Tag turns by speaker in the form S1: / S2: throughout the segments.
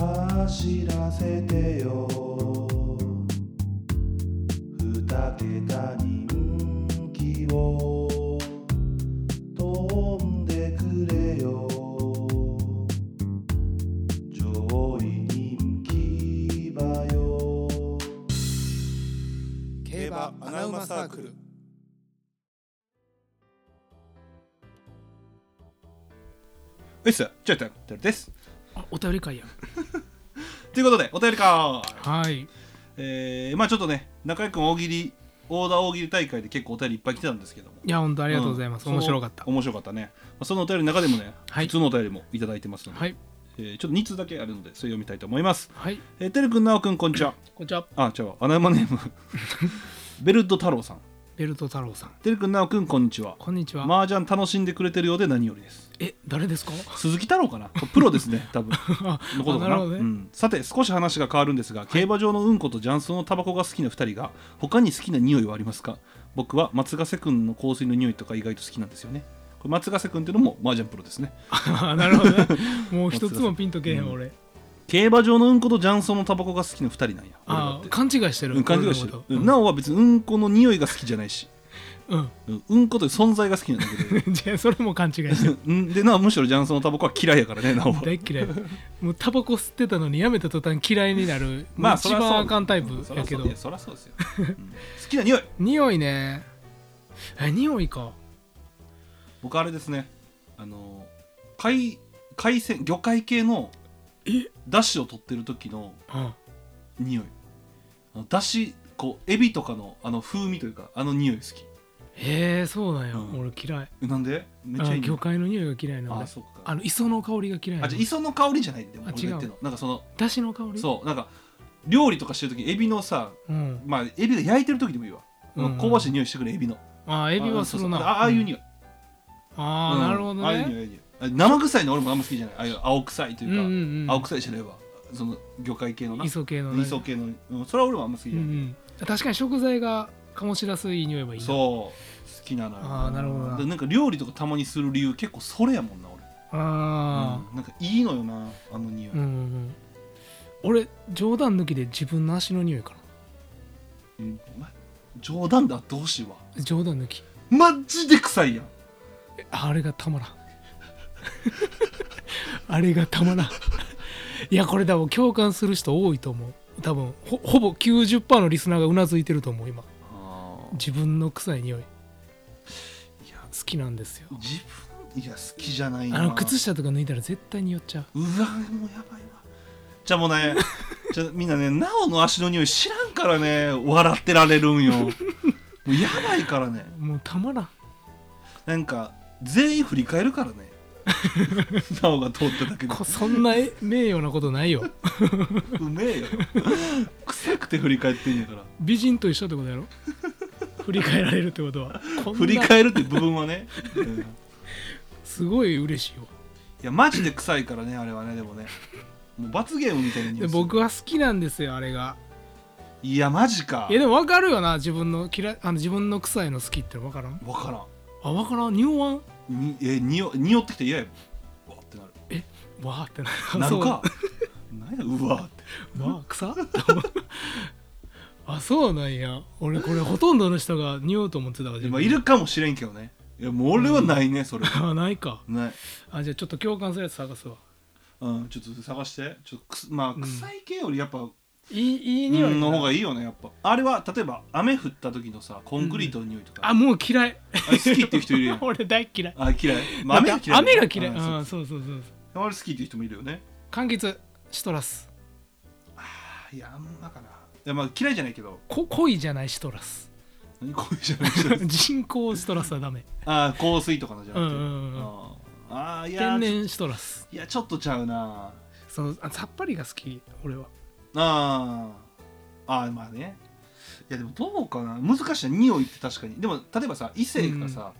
S1: 走らせてよ二桁人気を飛んでくれよ上位人気馬よ
S2: 競馬アナウマサークル
S3: よっしゃ、ちょいちょい、てるです。
S4: あお便り会や
S3: ということで、お便りかー
S4: はい
S3: えー、まあちょっとね、中居君大喜利、オーダー大喜利大会で結構お便りいっぱい来てたんですけども。
S4: いや本当ありがとうございます、
S3: うん
S4: 面白かった
S3: 面白かったね。まあそのお便りの中でもね、
S4: はい
S3: 普通のお便りもいただいてますので、
S4: はい
S3: えーちょっと2通だけあるので、それ読みたいと思います。
S4: はい
S3: えー、てるくん、なおくん、こんにちは。
S4: こんにちは
S3: あ、違うわ、アナウマネーム、ベルト太郎さん。
S4: ベルト太郎さん
S3: てるくん、なおくん、こんにちは。
S4: こんにちは、
S3: 麻雀楽しんでくれてるようで何よりです。
S4: え誰です か
S3: 鈴木太郎かなプロですね、多分。
S4: あ
S3: のことか
S4: な
S3: な
S4: るほどね、
S3: うん、さて少し話が変わるんですが、競馬場のうんこと雀荘のタバコが好きな2人が他に好きな匂いはありますか僕は松ヶ瀬くんの香水の匂いとか意外と好きなんですよねこれ松ヶ瀬くんっていうのも麻雀プロですね
S4: あなるほ どねもう一つもピンとけえへん俺、
S3: 競馬場のうんこと雀荘のタバコが好きな2人なんや俺だ
S4: あ
S3: って
S4: 勘違いしてる、
S3: うん、感じがしてる、
S4: 俺
S3: うん
S4: の
S3: な
S4: こ
S3: おは別にうんこの匂いが好きじゃないし、
S4: とうん、
S3: うん、うんこという存在が好きなんだけど
S4: うん、 じゃあそれも勘違いしてる
S3: うんでなおむしろ雀荘のタバコは嫌いやからねなおは
S4: 大嫌いもうタバコ吸ってたのにやめた途端嫌いになるまあ一番あかんタイプやけど
S3: うんそりゃそういやそりゃそうですよ、うん好きな匂い
S4: 匂いねえ匂いか
S3: 僕あれですねあの海海鮮魚介系の
S4: え
S3: だしを取ってる時の
S4: うん
S3: 匂いあのだしこうエビとかのあの風味というかあの匂い好き
S4: へえそうなんや、
S3: うん
S4: 俺嫌い
S3: えなんでめっちゃ
S4: あ
S3: いい匂
S4: 魚
S3: い
S4: 介の匂いが嫌いなの
S3: あ
S4: で
S3: そうか
S4: あの磯の香りが嫌いな
S3: あ
S4: の
S3: じゃあ磯の香りじゃないって
S4: あ
S3: 俺が言ってるのなんかその
S4: だしの香り
S3: そうなんか料理とかしてる時にエビのさ
S4: う、ん、
S3: まあエビが焼いてる時でもいいわ、
S4: うんうん
S3: あの香ばしい匂いしてくるエビの
S4: あーエビはするな
S3: あそうそうあああいう
S4: い、
S3: 匂い、
S4: あ
S3: うん
S4: あなるほど
S3: ああいう
S4: ね
S3: 匂いああいう匂いあ生臭いの俺もあんま好きじゃないああいう青臭いというか、
S4: うんうんうん
S3: 青臭いじゃないわその魚介系のな
S4: 磯系のね
S3: 磯系の、うん、それは俺もあんま好き
S4: う
S3: じゃない、
S4: んうん、確かに食材が醸し出すいい匂いはいいな
S3: そう好きなのよ
S4: あーなるほどな
S3: でなんか料理とかたまにする理由結構それやもんな俺
S4: あ
S3: うんなんかいいのよなあの匂い、
S4: ーうんうんうん俺冗談抜きで自分の足の匂いか
S3: うんお前冗談だどうしよ
S4: な冗談抜き
S3: うわマジで臭いやん
S4: えあれがたまらん あれがたまらんいやこれ多分共感する人多いと思う多分ほほぼ90%のリスナーがうなずいてると思う今自分の臭い匂い
S3: いや
S4: 好きなんですよ
S3: 自分いや好きじゃないな
S4: あの靴下とか脱いだら絶対に寄っちゃう
S3: うわもうやばいわじゃあもうね じゃあみんなねなおの足の匂い知らんからね笑ってられるんよもうやばいからね
S4: もうたまらん
S3: なんか全員振り返るから ねなおが通っただけで
S4: こそんなえ名誉なことないよ
S3: うめえよ臭くて振り返ってんやから
S4: 美人と一緒ってことやろ振り返られるってことはこんな
S3: 振り返るって部分はね、うんい
S4: すごい嬉しいよ
S3: やマジで臭いからねあれはねでもねもう罰ゲームみたいな匂い
S4: です
S3: る
S4: 僕は好きなんですよあれが
S3: いやマジか
S4: いやでも分かるよな自分の嫌いあの自分の臭いの好きっての分からん
S3: 分から
S4: あ分からん匂わん
S3: んにえ匂匂ってきて嫌やもんうわってなる
S4: わーってなる
S3: なるか
S4: そ
S3: なんやうわって
S4: うわー臭っあそうなんや俺これほとんどの人が匂うと思ってたから
S3: で
S4: 自
S3: まあ
S4: 分
S3: いるかもしれんけどねいやもう俺はないねそれは
S4: あないか
S3: ない
S4: あじゃあちょっと共感するやつ探すわ
S3: うん、ちょっと探してちょっとくすまあ臭い系よりやっぱ、
S4: いいいい
S3: 匂
S4: 匂
S3: い
S4: い
S3: の方が
S4: いい
S3: いいよねやっぱあれは例えば雨降った時のさコンクリートの匂いとか、
S4: あもう嫌い
S3: あ好きっていう人いるやん
S4: 俺大嫌い
S3: あ嫌い、まあ、雨が嫌い
S4: 雨が嫌い
S3: あ
S4: あ
S3: そう
S4: そうそうそうそう
S3: あれ好きっていう人もいるよね
S4: 柑橘シトラス
S3: あいやあんまかないやまあ嫌いじゃないけど
S4: こ恋じゃないシトラス
S3: 何こういうじゃない人 です
S4: 人工シトラスはダメ
S3: あー香水とかのじゃなくて、
S4: うんうんうん
S3: あーあーいや
S4: 天
S3: ちょ
S4: 然シトラス
S3: いやちょっとちゃうな
S4: そのあさっぱりが好き俺は
S3: あーあーまあねいやでもどうかな難しいな匂いって確かにでも例えばさ異性がさ、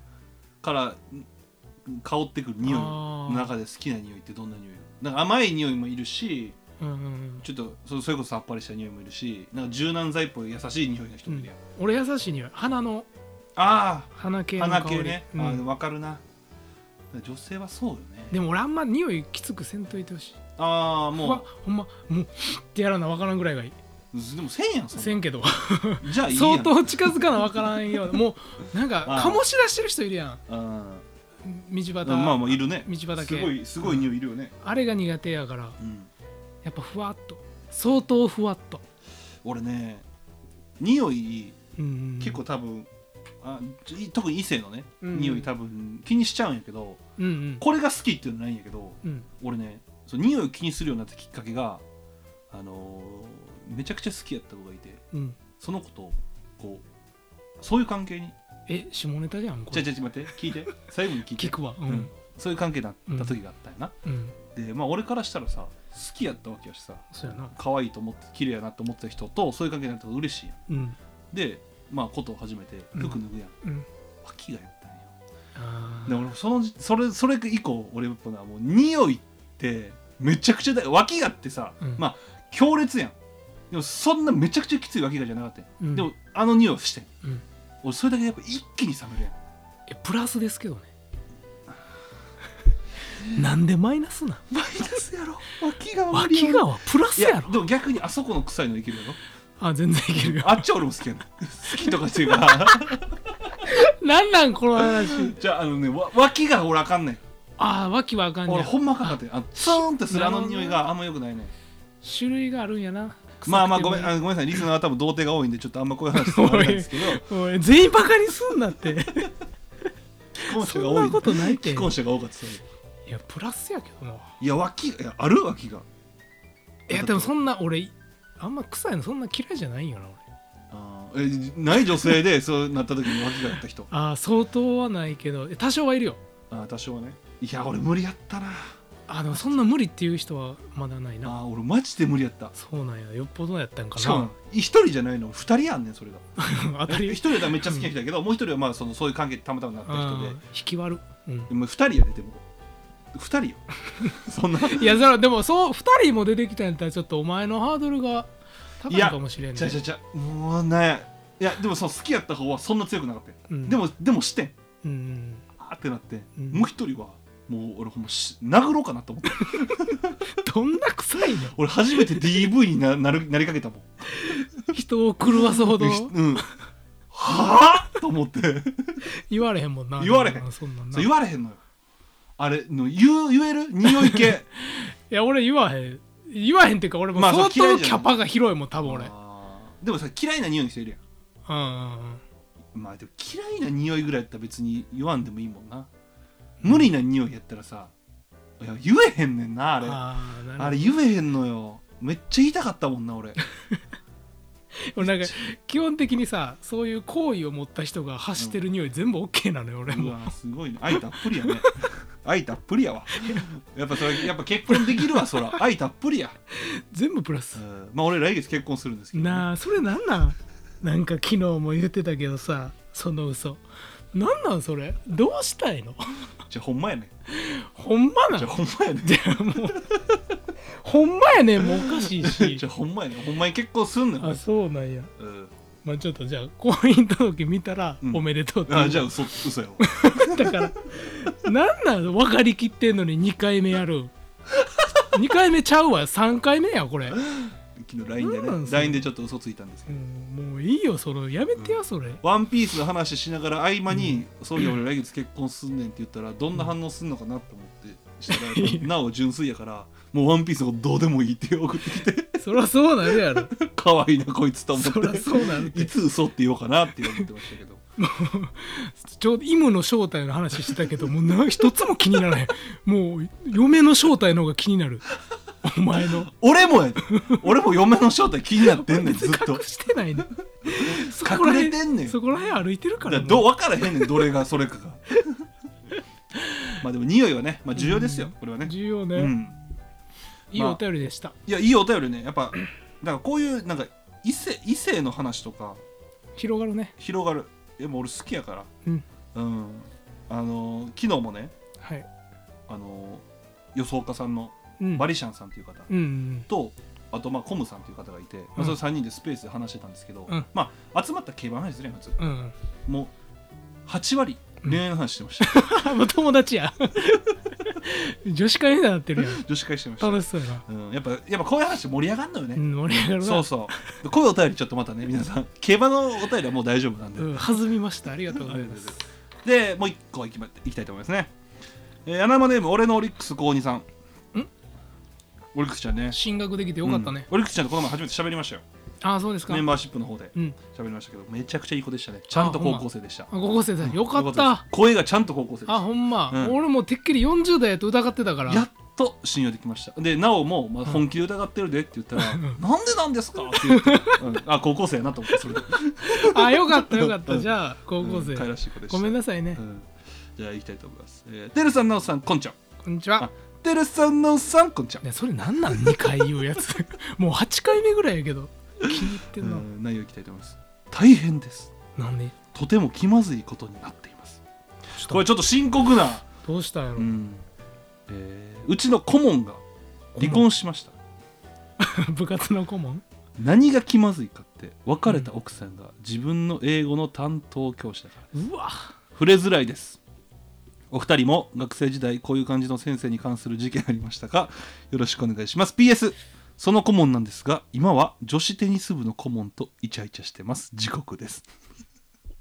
S3: からん香ってくる匂い
S4: あ
S3: の
S4: ー
S3: 中で好きな匂いってどんな匂いなんか甘い匂いもいるし
S4: うんうんうん
S3: ちょっとそそれこそさっぱりした匂いもいるしなんか柔軟剤っぽい優しい匂いの人もいるやん、
S4: 俺優しい匂い花の
S3: あ
S4: 花系
S3: あ
S4: の香り
S3: 鼻系ね、
S4: うん
S3: ああ分かるな女性はそうよね
S4: でも俺あんま匂いきつくせんといてほしい
S3: ああ
S4: ほんま
S3: も
S4: ほんまもうってやらな分からんぐらいがいいう
S3: でも1000円やんそん
S4: せ
S3: なん
S4: けど
S3: じゃあいいやん
S4: 相当近づかな分からんようなもうなんか
S3: ああ
S4: 醸し出してる人いるや
S3: あ
S4: ん道
S3: ー
S4: 端
S3: まあまあいるね
S4: 道端系
S3: すごいすごい匂いいるよね、
S4: あれが苦手やから
S3: うん
S4: やっぱふわっと相当ふわっと、
S3: 俺ね匂い
S4: うんうんうん
S3: 結構多分あちょい特に異性のね、
S4: うん
S3: 匂い多分気にしちゃうんやけど
S4: うんうん
S3: これが好きっていうのないんやけど
S4: うん
S3: 俺ねその匂いを気にするようになったきっかけがあのーめちゃくちゃ好きやった子がいて
S4: うん
S3: その子とこうそういう関係に
S4: え下ネタじゃんこ
S3: じゃ
S4: れ
S3: じゃ待って 聞いて最後に聞いて
S4: 聞くわう、
S3: うんんそういう関係だった時があったよな、
S4: うん、
S3: でまあ俺からしたらさ好きやったわけやしさ
S4: そうやな
S3: 可愛いと思って綺麗やなと思ってた人とそういう関係になったら嬉しいやん
S4: うん
S3: でまあことを始めて
S4: うん
S3: 服脱ぐやん、
S4: うん
S3: 脇がやったんよ
S4: あ
S3: で俺その時それそれ以降俺やっぱなもう匂いってめちゃくちゃだ脇がってさ、
S4: うん
S3: まあ強烈やんでもそんなめちゃくちゃきつい脇がじゃなかったんよ、
S4: うん
S3: でもあの匂いしてん
S4: うん
S3: 俺それだけでやっぱ一気に冷めるやん
S4: えプラスですけどね なんでマイナスなん
S3: マイナスやろ脇がは無理
S4: 脇がはプラ
S3: い
S4: スや
S3: や
S4: ろ
S3: でも逆にあそこの臭いのいけるやろ
S4: あ全然いけるよ
S3: あっちは俺も好きやねん好きとかしてるから
S4: なんなんこの話
S3: じゃああのねわ脇が俺あかんねん
S4: ああ脇はあかんね
S3: 俺
S4: や
S3: ほんまあかんかったよあのツーンってするあの匂い
S4: なる
S3: があんまよくないねん
S4: 種類があるんやな
S3: まあまあごめんあ
S4: 臭く
S3: のごめんなさいリスナーは多分童貞が多いんでちょっとあんまこういう話してもらえないんですけど
S4: て もいいおい全員バカにすんなって
S3: 既婚者
S4: そ
S3: が
S4: ん
S3: 多い
S4: なことないって
S3: 既婚者が多かったそういう
S4: いやプラスやけどない
S3: や脇がいやある脇が
S4: いやでもそんな俺あんま臭いのそんな嫌いじゃないんよな俺
S3: あーえない女性でそうなった時に脇がやった人
S4: ああ相当はないけどえ多少はいるよ
S3: あー多少はねいや俺無理やったな
S4: あでもそんな無理っていう人はまだないな
S3: あー俺マジで無理やった
S4: そうなんやよっぽどやったんか
S3: しかも
S4: な
S3: 一人じゃないの二人やんねんそれが
S4: 当た り
S3: 一人はめっちゃ好きな人だけど、もう一人はまあそのそういう関係でたまたまなった人で
S4: うん引き割る、うん
S3: でも二人やねでも二人 よそんない
S4: やそれはでもそう2人も出てきたんやったらちょっとお前のハードルが高いかもしれん
S3: ちゃう
S4: ね
S3: ちゃうちゃうもうねいやでもそう好きやった方はそんな強くなかったよ、
S4: うん
S3: でもでもしてん
S4: うん
S3: あーってなって、
S4: うん
S3: もう一人はもう俺ほんまし殴ろうかなと思って
S4: どんな臭いの
S3: 俺初めて DV にななるなりかけたもん
S4: 人を狂わすほど
S3: うんはあと思って
S4: 言われへんもんな
S3: 言われへん
S4: そんなんな
S3: そう言
S4: い
S3: われへんのよあれの言う言える匂い 系
S4: や俺言わへん言わへんっていうか俺も
S3: まあそう
S4: 相
S3: 嫌い
S4: 当
S3: じゃ
S4: キ
S3: ん
S4: ャパが広いもん多分俺、
S3: あーでもさ嫌いな匂いにしてるやん
S4: うんうんうん
S3: まあでも嫌いな匂いぐらいやったら別に言わんでもいいもんな無理な匂いやったらさいや言えへんねんなあれ
S4: あーなるほど
S3: あれ言えへんのよめっちゃ言いたかったもんな俺
S4: 俺なんか基本的にさそういう好意を持った人が発してる匂い全部 OK なのよ俺
S3: う
S4: も
S3: わすごいね愛たっぷりやね愛たっぷりやわやっぱそれやっぱ結婚できるわそら愛たっぷりや、
S4: 全部プラ
S3: う
S4: ス
S3: んまあ俺来月結婚するんですけどね、
S4: なあそれなんなんなんか昨日も言ってたけどさその嘘なんなんそれどうしたいの
S3: じゃあほんまやね
S4: ほんまなん
S3: じ
S4: じ
S3: ゃあほんまやね
S4: ゃあもうほんまやねんもうおかしい し
S3: じゃあほんまやねほんまに結婚すんの
S4: あ
S3: よ、
S4: そうなんや
S3: うん、
S4: まあちょっとじゃあ婚姻届見たら
S3: うん
S4: おめでとうって、
S3: あじゃあ嘘嘘やわ
S4: だからなんなん分かりきってんのに2回目やる2回目ちゃうわ3回目やこれ、
S3: 昨日 LINE で
S4: なんなん
S3: ね
S4: それ
S3: LINE でちょっと嘘ついたんですけ
S4: う
S3: ど
S4: んもういいよそのやめてやそれ、
S3: ワンピースの話しながら合間に「そういや俺来月結婚すんねん」って言ったらどんな反応すんのかなと思ってしたら なお純粋やからもう「ワンピースのことどうでもいい」って送ってきて
S4: そらそうなるやろ
S3: 「可愛いなこいつ」と思
S4: そら
S3: っ
S4: そうなるって
S3: ていつ嘘って言おうかなって思ってましたけど
S4: ちょうどイムの正体の話してたけどもうな一つも気にならへんもう嫁の正体の方が気になるお前の
S3: 俺もやで俺も嫁の正体気になってんねんずっと
S4: 隠してないねそこら
S3: 隠
S4: 辺
S3: れてんねん
S4: そこら辺歩いてる
S3: だか
S4: か
S3: ららどう分からへんねんどれがそれかがまあでも匂いはね、まあ、重要ですよこれはね
S4: 重要ね、
S3: うん
S4: いいお便りでした、
S3: いやいいお便りねやっぱだからこういうなんか異性異性の話とか
S4: 広がるね
S3: 広がるでも俺好きやから
S4: うん
S3: うんあのー昨日もね
S4: はい、
S3: あのー予想家さんの
S4: うん、
S3: バリシャンさんという方
S4: うんうん
S3: と、あとまあコムさんという方がいて、まあ、その3人でスペースで話してたんですけど、
S4: うん
S3: まあ集まった競馬の話ですね普通
S4: うんうん
S3: もう8割
S4: うん
S3: 恋愛の話してました、
S4: あもう友達や女子会みたいになってるやん
S3: 女子会してました、
S4: 楽しそうやな、
S3: うん、やっぱやっぱこういう話盛り上がるのよね、
S4: うん、盛り上がるな
S3: そうそうでこういうお便りちょっとまたね皆さん競馬のお便りはもう大丈夫なんで、
S4: うん、弾みましたありがとうございます
S3: でもう一個いき,、ま、いきたいと思いますね、えー、アナマネーム俺のオリックス高二さんんオリックスちゃんね
S4: 進学できてよかったね、
S3: うんオリックスちゃんとこの前初めて喋りましたよ
S4: ああそうですか
S3: メンバーシップの方で
S4: うん
S3: 喋りましたけどめちゃくちゃいい子でしたねちゃんと高校生でした
S4: あ高校生だよ
S3: よ
S4: かっ
S3: かった
S4: た
S3: です声がちゃんと高校生で
S4: あ
S3: し
S4: ほんま、
S3: うん
S4: 俺もてっきり40代やと疑ってたから
S3: たやっと信用できましたでなおも、まあ、本気で疑ってるでって言ったら「なんでなんですか?」って言って、うんあ高校生やなと思ってそれで
S4: あよかったよかっ
S3: う
S4: た
S3: ん
S4: じゃあ 高校生、
S3: うん、帰らしい子でした
S4: ごめん
S3: な
S4: なさいね、
S3: うん、じゃあ行きたいと思います、えー、てるさんなおさんこんちゃん
S4: こんにちは
S3: あてるさんなおさんこんちゃん
S4: ねそれなんなん2回言うやつ もう8回目ぐらいやけど気に入ってんの、
S3: うん内容いきたいと思います大変です
S4: なんで
S3: とても気まずいことになっています
S4: ちょっと
S3: これちょっと深刻な、
S4: どうしたんやろ、
S3: うえーうちの顧問が離婚しました
S4: 部活の顧問
S3: 何が気まずいかって別れた奥さんが自分の英語の担当教師だから
S4: うわ
S3: 触れづらいですお二人も学生時代こういう感じの先生に関する事件ありましたかよろしくお願いします PS その顧問なんですが今は女子テニス部の顧問とイチャイチャしてます時刻です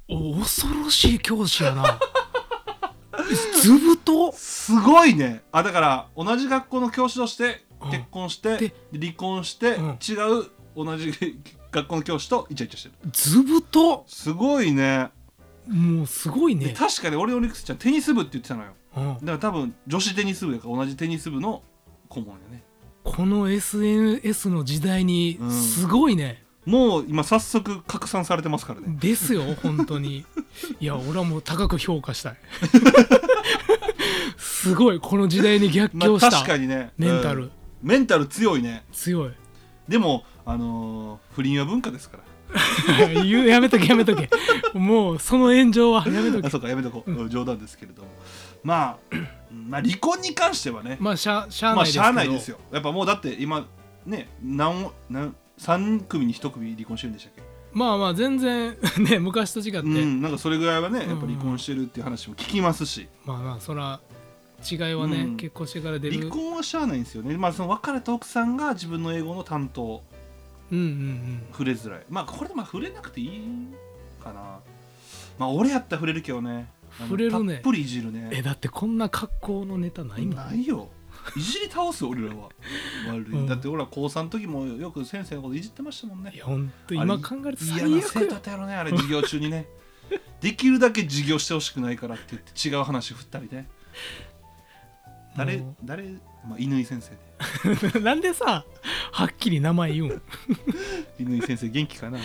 S4: お恐ろしい教師やな ずぶと
S3: すごいねあだから同じ学校の教師として
S4: うん
S3: 結婚して
S4: で
S3: で離婚して
S4: うん
S3: 違う同じ学校の教師とイチャイチャしてる
S4: ずぶと
S3: すごいね
S4: もうすごい
S3: で
S4: ね、
S3: 確かに俺のリクスちゃんテニス部って言ってたのよ
S4: うん
S3: だから多分女子テニス部やから同じテニス部の顧問よね
S4: この SNS の時代に
S3: うん
S4: すごいね、
S3: もう今早速拡散されてますからね
S4: ですよ本当にいや俺はもう高く評価したい すごいこの時代に逆
S3: まあ
S4: 境した、
S3: 確かにね
S4: メンタ
S3: う
S4: ル
S3: んメンタル強いね
S4: 強い
S3: でもあのー不倫は文化ですから
S4: 言うやめとけやめとけもうその炎上はやめと
S3: あ
S4: け
S3: そうかやめとこう、うん冗談ですけれどもまあ、うんまあ、離婚に関してはね
S4: まあしゃしゃあ
S3: ま
S4: な
S3: あ
S4: いですけ
S3: し
S4: ど、
S3: ゃあないですよやっぱもうだって今ね何何3組に1組離婚してるんでしたっけ
S4: まあまあ全然 ね昔と違って、
S3: うんなんかそれぐらいはねやっぱ離婚してるっていう話も聞きますし、
S4: まあまあそら違いはね、
S3: うん
S4: 結婚してから出る
S3: 離婚はしゃあないんですよねまあその別れた奥さんが自分の英語の担当
S4: うんうん
S3: 触れづらいまあこれでまあ触れなくていいかなまあ俺やったら触れるけどねあの
S4: 触れるね
S3: たっぷりいじる
S4: うんえ
S3: ね
S4: だってこんな格好のネタないもん、
S3: ないよいじり倒すよ俺らは悪い、
S4: うん
S3: だって俺ら高3の時もよく先生のこといじってましたもんね
S4: いやほんと
S3: あれ
S4: 今考えると最
S3: 嫌な生
S4: 悪よ
S3: 徒やろねあれ授業中にね できるだけ授業してほしくないからって言って違う話振ったりね誰
S4: も
S3: 誰まあ乾先生ね
S4: なんでさはっきり名前言うん
S3: 乾先生元気かな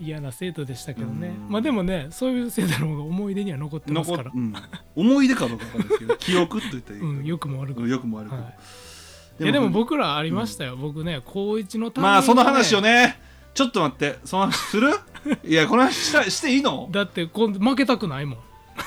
S4: 嫌な生徒でしたけどね
S3: うん
S4: まあでもねそういう生徒の方が思い出には残ってます
S3: 残っ
S4: から、
S3: うん、思い出かどうかわかんないですけど記憶って言ったらいいけ
S4: う
S3: ど
S4: ん、よくも悪くも、
S3: よくも悪くも、
S4: はいいやでも僕らありましたよ、僕ね高一の担任
S3: まあその話を
S4: を
S3: ねちょっと待ってその話する いやこの話したしていいの
S4: だってこん負けたくないも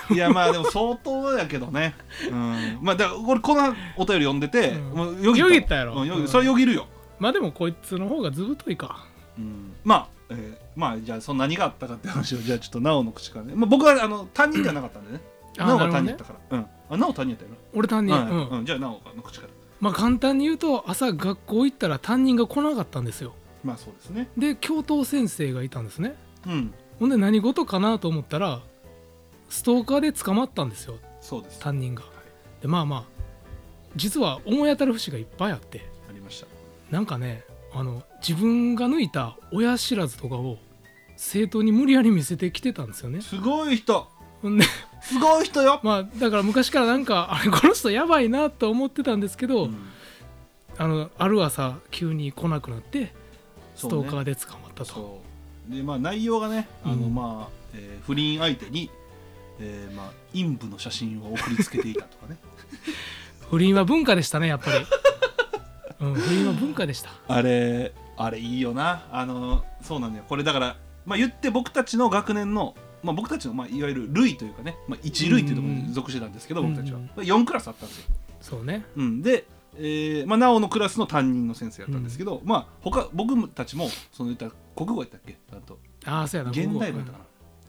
S4: ん
S3: いやまあでも相当やけどね、うん、まあだから俺このお便り読んでて、
S4: うん
S3: もう
S4: よぎったやろ
S3: うんよぎ
S4: うん
S3: それよぎるよ、
S4: まあでもこいつの方がずぶといか
S3: うんまあ、えーまあじゃあその何があったかって話をじゃあちょっとなおの口からね、まあ、僕はあの担任ではなかったんでね
S4: あ
S3: なおが
S4: なるほど
S3: 担任
S4: ね
S3: やったから、うんあなお担任やったよ
S4: 俺担任、
S3: な、
S4: うん
S3: はいうんじゃあなおの口から
S4: まあ簡単に言うと朝学校行ったら担任が来なかったんですよ
S3: まあそうですね
S4: で教頭先生がいたんですね
S3: うん
S4: ほんで何事かなと思ったらストーカーで捕まったんですよ
S3: そうですあ
S4: 担任がでまあまあ実は思い当たる節がいっぱいあって
S3: りました
S4: なんかねあの自分が抜いた親知らずとかを生徒に無理やり見せてきてたんですよね
S3: すごい人
S4: ほんです
S3: ごい人よ、
S4: まあだから昔からなんかあれこの人やばいなと思ってたんですけど、
S3: うん
S4: あのある朝急に来なくなってストーカーで捕まったと、
S3: そうでまあ内容がねあの、
S4: うん
S3: まあ、えー不倫相手に、えーまあ、陰部の写真を送りつけていたと かね
S4: 不倫は文化でしたねやっぱり、 うん、不倫は文化でした
S3: あれあれいいよなあのそうなんだよこれだから、まあ、言って僕たちの学年の、まあ、僕たちの、まあ、いわゆる類というかね、まあ、一類というところに属してたんですけど、
S4: うん
S3: 僕たちは、
S4: うん
S3: まあ4クラスあったんですよ、
S4: そうね
S3: うん、で、えーまあ、なおのクラスの担任の先生やったんですけど、まあ他僕たちもその言ったら国語やったっけあと
S4: ああそうやな
S3: 現代文やったか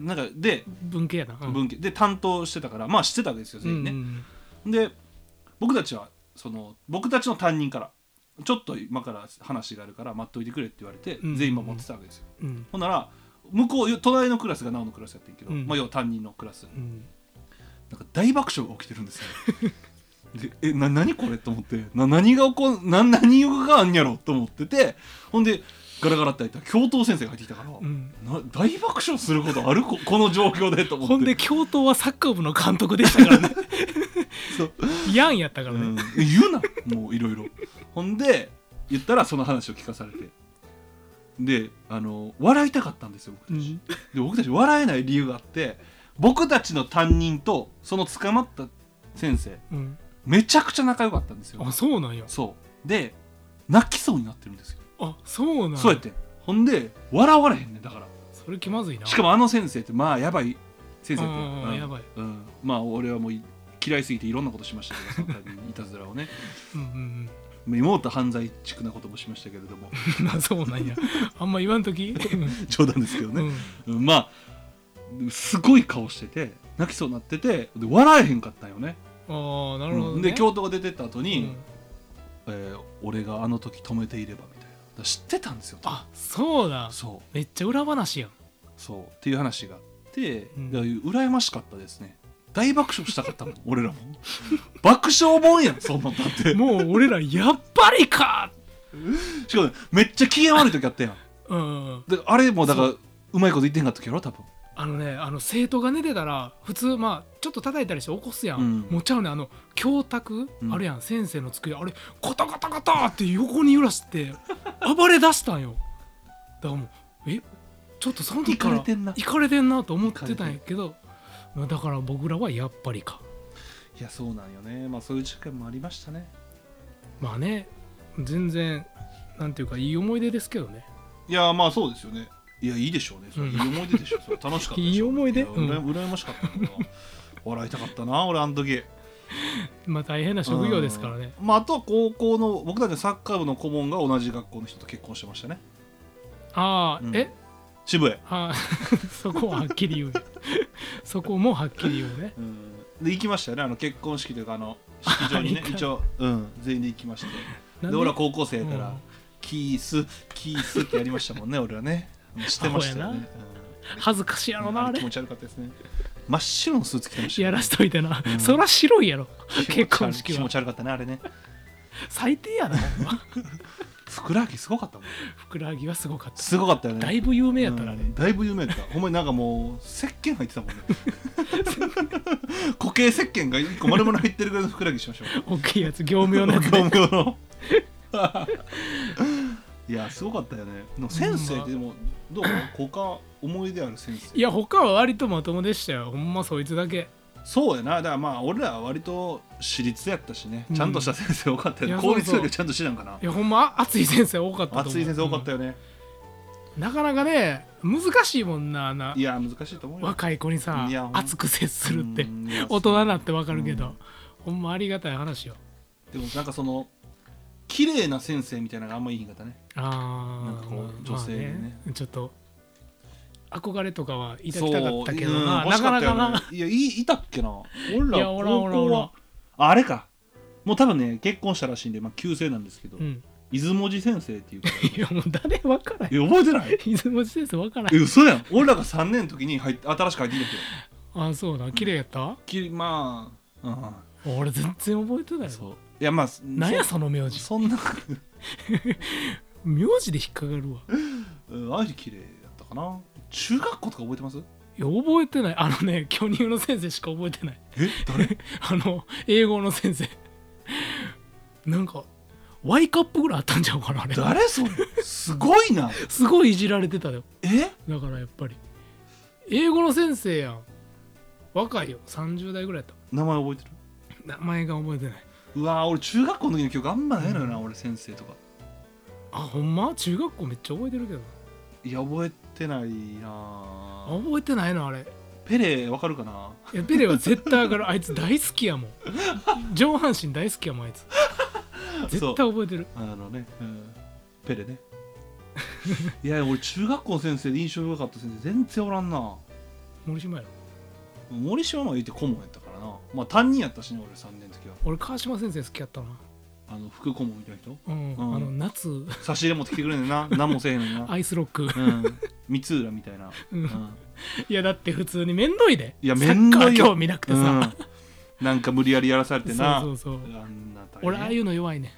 S3: な,、なんかで
S4: うん文系やな、うん
S3: 文系で担当してたからまあ知ってたわけですよ全員ね、
S4: うん
S3: で僕たちはその僕たちの担任からちょっと今から話があるから待っといてくれって言われて
S4: うん
S3: 全員守ってたわけですよ、
S4: うん
S3: ほんなら向こう隣のクラスが直のクラスやってんけど、
S4: うん
S3: まあ、要は担任のクラス
S4: うん
S3: なんか大爆笑が起きてるんですよ でえな何これと思ってな何が起こんな何があんやろと思っててほんでガラガラって開いたら教頭先生が入ってきたから、
S4: うん
S3: な大爆笑することあるここの状況でと思って
S4: ほんで教頭はサッカー部の監督でしたからね
S3: そう
S4: ヤンやったから
S3: うん
S4: ね、
S3: 言うなもういろいろほんで言ったらその話を聞かされてであの笑いたかったんですよ僕
S4: う
S3: たち、
S4: ん
S3: で僕たち笑えない理由があって僕たちの担任とその捕まった先生
S4: うん
S3: めちゃくちゃ仲良かったんですよ
S4: あそうなんや
S3: そうで泣きそうになってるんですよ、
S4: あそうなん
S3: そうやってほんで笑われへんねんだから
S4: それ気まずいな
S3: しかもあの先生ってまあやばい先生って
S4: うんうんやばい、
S3: うん、まあ俺はもうい嫌いすぎていろんなことしましたけどその度にいたずらをね
S4: うんうん
S3: 妹は犯罪チックなこともしましたけれども
S4: うん まあそうなんやあんま言わんとき、
S3: 冗談ですけど
S4: う
S3: ね、
S4: ん、
S3: うんまあすごい顔してて泣きそうになっててで笑えへんかったんよね
S4: ああなるほど、ね
S3: うんで教頭が出てった後
S4: 日
S3: に、えー俺があの時止めていれば」みたいなだから知ってたんですよ多分
S4: あそうだ
S3: そう
S4: めっちゃ裏話やん
S3: そうっていう話があって、
S4: うん
S3: だから羨ましかったですね大爆笑したかったもん 俺らも爆笑もんやんそんなんだって
S4: もう俺らやっぱりか
S3: しかもめっちゃ機嫌悪い時あったやん
S4: うん
S3: であれもだからうまいこと言ってんかった時やろ多分
S4: あのねあの生徒が寝てたら普通まあちょっと叩いたりして起こすやん、
S3: うん
S4: もうちゃうねあの教託、
S3: うん
S4: あるやん先生の机あれコタコタコタって横に揺らして暴れ出したんよだからもうえちょっとその時から
S3: イカれてんな
S4: イカれてんなと思ってたんやけどまあだから僕らはやっぱりか
S3: いやそうなんよねまあそういう時間もありましたね
S4: まあね全然なんていうかいい思い出ですけどね
S3: いやまあそうですよねいやいいでしょうねそれいい思い出でしょそれ楽しかったでしょ
S4: いい思い出
S3: やうらや
S4: う
S3: 羨ましかったな俺は笑いたかったな俺あの時
S4: まあ大変な職業ですからね
S3: うんまああとは高校の僕たちのサッカー部の顧問が同じ学校の人と結婚してましたね
S4: ああ、
S3: うん
S4: え
S3: 渋谷
S4: あーそこははっきり言うね そこもはっきり言うね
S3: うんで行きましたよねあの結婚式というかあ の式場にね
S4: あ行か
S3: 一応、うん、全員で行きまして
S4: なん
S3: で
S4: で
S3: 俺は高校生やから、
S4: うん
S3: キースキースってやりましたもん ね俺はねしてましたよね
S4: 恥ずかしいや
S3: うん
S4: ろなあ
S3: れ
S4: れ
S3: 気持ち悪かったですね真っ白のスーツ着てましたよ
S4: やらしといてな、
S3: ん
S4: そら白いやろ
S3: 気持ち悪い
S4: 結婚式
S3: 気
S4: は
S3: 持ち悪かったねあれね
S4: 最低やなほんま
S3: ふくらはぎすごかったもん
S4: ふくらはぎはすごかった
S3: すごかったよね
S4: だいぶ有名やったらね
S3: うんだいぶ有名だったほんまになんかもう石鹸入って たもんね固形石鹸が1個丸々入ってるぐらいのふくらはぎしましょう
S4: 大きいやつ業務用のやつね
S3: 業務用の いやすごかったよねでも先生ってでもどう他思い出ある先生
S4: いや他は割とまともでしたよほんまそいつだけ
S3: そうやなだからまあ俺らは割と私立やったしね、
S4: うん
S3: ちゃんとした先生多かったよ
S4: い
S3: ね
S4: や
S3: 公立よ
S4: そうそ
S3: り
S4: う
S3: ちゃんとしてたんかない
S4: やほんま熱い先生多かったと思う
S3: 熱い先生多かったよね、
S4: うんなかなかね難しいもんなあんない
S3: や難しいと思うよ
S4: 若い子にさ
S3: いやほんま
S4: 熱く接するって
S3: うんいや
S4: 大人になってわかるけ
S3: う
S4: ど
S3: ん
S4: ほんまありがたい話よ
S3: でもなんかその綺麗な先生みたいなのがあんまいいんかったね
S4: あ
S3: なん
S4: あ
S3: かこう女性にね
S4: ちょっと憧れとかは抱きたかったけど
S3: そう
S4: な、
S3: うん
S4: なか
S3: 欲
S4: なか
S3: し
S4: な
S3: ったよねいやいいたっけな俺ら
S4: いやおらんおらん
S3: 高校は
S4: おらん
S3: ああれかもう多分ね結婚したらしいんで、まあ、旧姓なんですけど、
S4: うん
S3: 出雲寺先生っていう方
S4: いやもう誰分からん
S3: え覚えて ない
S4: 出雲寺先生分からん
S3: え嘘やん俺らが3年の時に入っ新しく入ってきたよ
S4: あそうな綺麗やった
S3: きまあ、
S4: 俺全然覚えてな
S3: うん、
S4: い
S3: そ
S4: わ
S3: ういやまあ
S4: なんや
S3: そ
S4: その名字
S3: そんな
S4: 名字で引っかかるわ
S3: うんあい綺麗やったかな中学校とか覚えてます
S4: いや覚えてないあのね巨乳の先生しか覚えてない
S3: え誰
S4: あの英語の先生なんか Y カップぐらいあったんちゃうかなあれ
S3: 誰それすごいな
S4: すごいいじられてたよ
S3: え
S4: だからやっぱり英語の先生やん若いよ30代ぐらいやっ
S3: 名前覚えてる
S4: た名前が覚えてないう
S3: わー俺中学校の時の記憶あんまないのよな、俺先生とか
S4: あほんま中学校めっちゃ覚えてるけどない
S3: や覚えてないなぁ
S4: 覚えてないのあれ
S3: ペレわかるかない
S4: やペレは絶対上がるあいつ大好きやもん上半身大好きやもんあいつ絶対覚えてる
S3: あのね、うん、ペレ ねいや俺中学校の先生で印象深かった先生全然おらんな
S4: 森島やろ
S3: 森島まで言って顧問やったからなまあ担任やったしね俺3年の時は
S4: 俺川島先生好きやったな
S3: あの副顧問みたいな人
S4: うん、
S3: うん
S4: あの夏
S3: 差し入れ持ってきてくれんねんな 何もせえへんねんな
S4: アイスロック
S3: うん三浦みたいな、
S4: うん
S3: うん
S4: いやだって普通に面倒いで
S3: いやめんどいよ
S4: サッカー興味なくてさ、
S3: うんなんか無理やりやらされてな
S4: そうそうそう
S3: あんな大変
S4: 俺ああいうの弱いね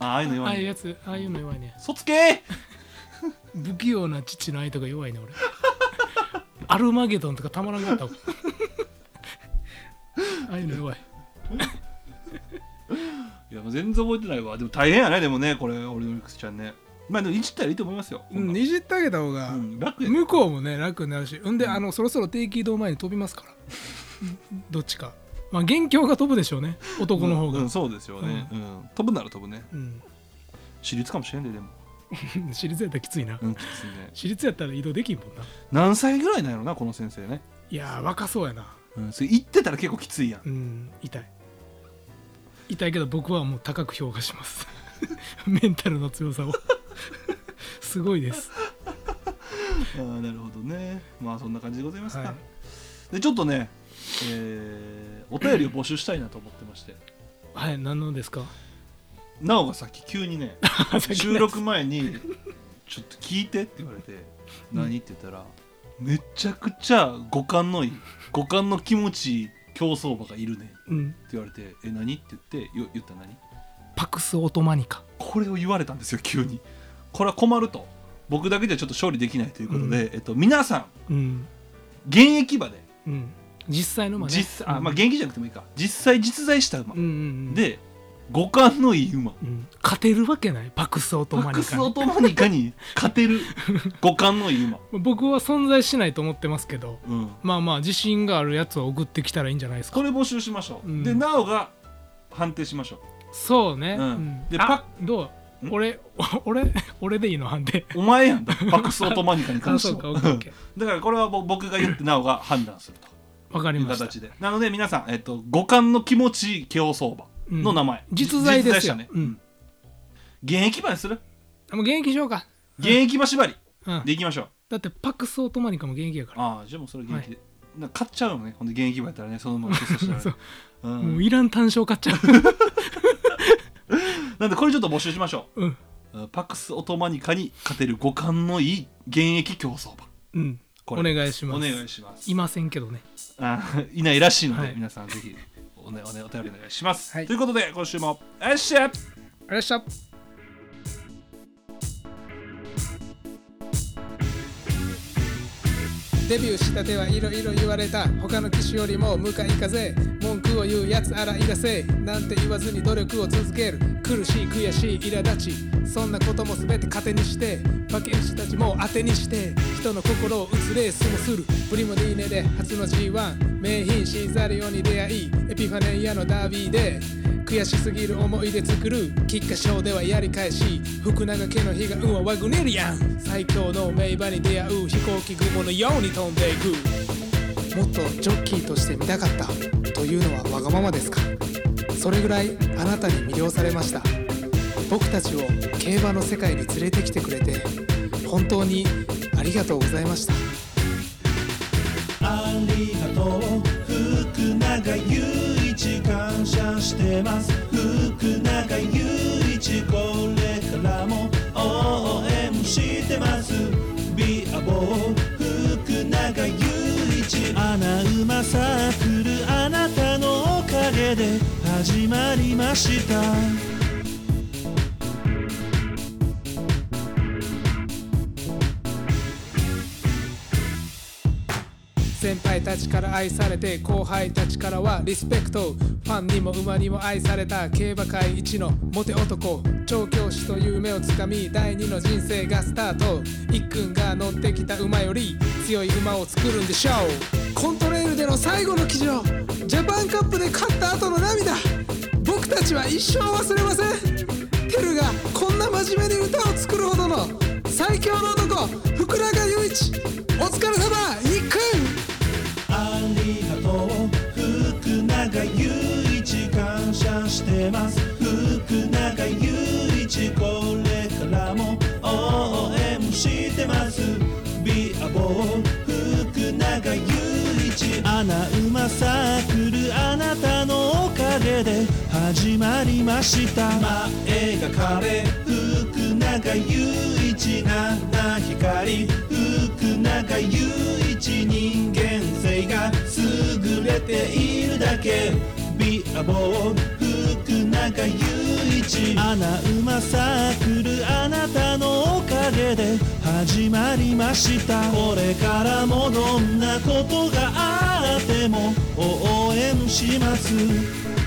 S3: ああいうの言
S4: あ
S3: わ
S4: あ
S3: ん
S4: いう
S3: ね
S4: やつああいうの弱いね
S3: そつけ
S4: 不器用な父の愛とか弱いね俺アルマゲドンとかたまらんか ったもんああいうの弱い
S3: いやもう全然覚えてないわでも大変やねでもねこれ俺のリクスちゃんねまあでもいじったらいいと思いますよ、
S4: うん
S3: こん
S4: いじってあげた方
S3: な
S4: が、
S3: んうん、楽や
S4: 向こうもね楽になるしんで、あのそろそろ定期移動前に飛びますからどっちかまあ元凶が飛ぶでしょうね男の方が
S3: うんうんそうですよね、うん飛ぶなら飛ぶね
S4: うん、
S3: 私立かもしれんででも
S4: 私立やったらきついな、
S3: うんきついね
S4: 私立やったら移動できんもんな
S3: 何歳ぐらいなんやろなこの先生ね、
S4: いやー若そうやな
S3: うん、それ行ってたら結構きついや ん
S4: うん痛い痛いけど僕はもう高く評価します メンタルの強さを すごいです、
S3: あーなるほどねまあそんな感じでございますか、
S4: は
S3: でちょっとね、えーお便りを募集したいなと思ってまして
S4: い、はい、何のですか
S3: なおが さっき急にね
S4: さっきのやつ
S3: 収録前に「ちょっと聞いて」って言われて「何?」って言ったらめちゃくちゃ五感のいい五感の気持ちいい競走馬がいるね
S4: うん
S3: って言われて「え何?」って言ってよ言ったら何
S4: パクスオトマニカ
S3: これを言われたんですよ急にこれは困ると僕だけじゃちょっと勝利できないということで、えっと、皆さん
S4: うん
S3: 現役馬で
S4: うん実際のまね
S3: 実あ、まあ、
S4: うん
S3: 現役じゃなくてもいいか実際実在した馬、
S4: うんうんうん、
S3: で五感のいい馬
S4: うん、勝てるわけないパクスオト
S3: パ
S4: マ
S3: ック
S4: ニ
S3: ス
S4: カ
S3: オ
S4: に
S3: トマニカに勝てる五感のいい馬
S4: 僕は存在しないと思ってますけど
S3: うん
S4: まあまあ自信があるやつを送ってきたらいいんじゃないですか
S3: これ募集しましょう、
S4: うん
S3: でなおが判定しましょ
S4: そうね、
S3: うんで
S4: で
S3: パ
S4: パどうん俺 お俺俺でいいの判 定
S3: うお前やんだパックスオトマニカに
S4: あ
S3: 関して
S4: そう
S3: は
S4: かオッケーオッケ
S3: うんだからこれはぼ僕が言ってなおが判断する
S4: ーわか
S3: と
S4: り
S3: いう
S4: ました
S3: 形でなので皆さん、えっと、五感の気持ちいい競走馬の名前、
S4: 実在ですよ、
S3: 実在者ね、
S4: うん
S3: 現役馬にする
S4: あもう現役しようか、
S3: 現役馬縛り
S4: うん、
S3: でいきましょう、
S4: だってパクスオートマニカも現役やから
S3: ああじゃあもうそれ現役で、なんか買っちゃうのねほんで現役馬やったらねそのまま決したら、
S4: そう、
S3: うん
S4: もういらん単勝買っちゃ
S3: なんでこれちょっと募集しましょ
S4: ううん
S3: ううんパックスオトマニカに勝てる五感のいい現役競走馬
S4: うん
S3: こ
S4: お
S3: れ
S4: 願いします
S3: お願いします
S4: いませんけどね
S3: あいないらしいので、
S4: はい
S3: 皆さんぜひお,、ね、お,、ね、お便りお願いします、
S4: はい
S3: ということで今週も「よっしゃ!」
S4: ありがとうございました
S2: デビューしたてはいろいろ言われた他の機種よりも向かい風文句を言うやつ洗い出せなんて言わずに努力を続ける苦しい悔しい苛立ちそんなことも全て糧にして馬券師たちも当てにして人の心を打つレースもするプリモディーネで初の G1 名品シーザリオに出会いエピファネイアのダービーで悔しすぎる思い出作る菊花賞ではやり返し福永家の悲願はワグネリアン最強の名馬に出会う飛行機雲のように飛んでいくもっとジョッキーとして見たかったというのはわがままですかそれぐらいあなたに魅了されました僕たちを競馬の世界に連れてきてくれて本当にありがとうございました
S1: ありがとう福永祐一感謝してます福永祐一これからも応援してますビアボー福永祐一アナウマサークルあなたのおかげで始まりました
S2: 先輩たちから愛されて後輩たちからはリスペクトファンにも馬にも愛された競馬界一のモテ男調教師という目をつかみ第二の人生がスタート一君が乗ってきた馬より強い馬を作るんでしょうコントレールでの最後の騎乗ジャパンカップで勝った後の涙僕たちは一生忘れませんテルがこんな真面目に歌を作るほどの最強の男福永祐一お疲れ様一君
S1: ありがとう福永祐一感謝してます福永祐一これからも応援してますビアボー福永祐一アナウマサークルあな始まりました前が彼福永祐一七光福永祐一人間性が優れているだけビアボー福永祐一穴馬サークルあなたのおかげで始まりましたこれからもどんなことがあっても応援します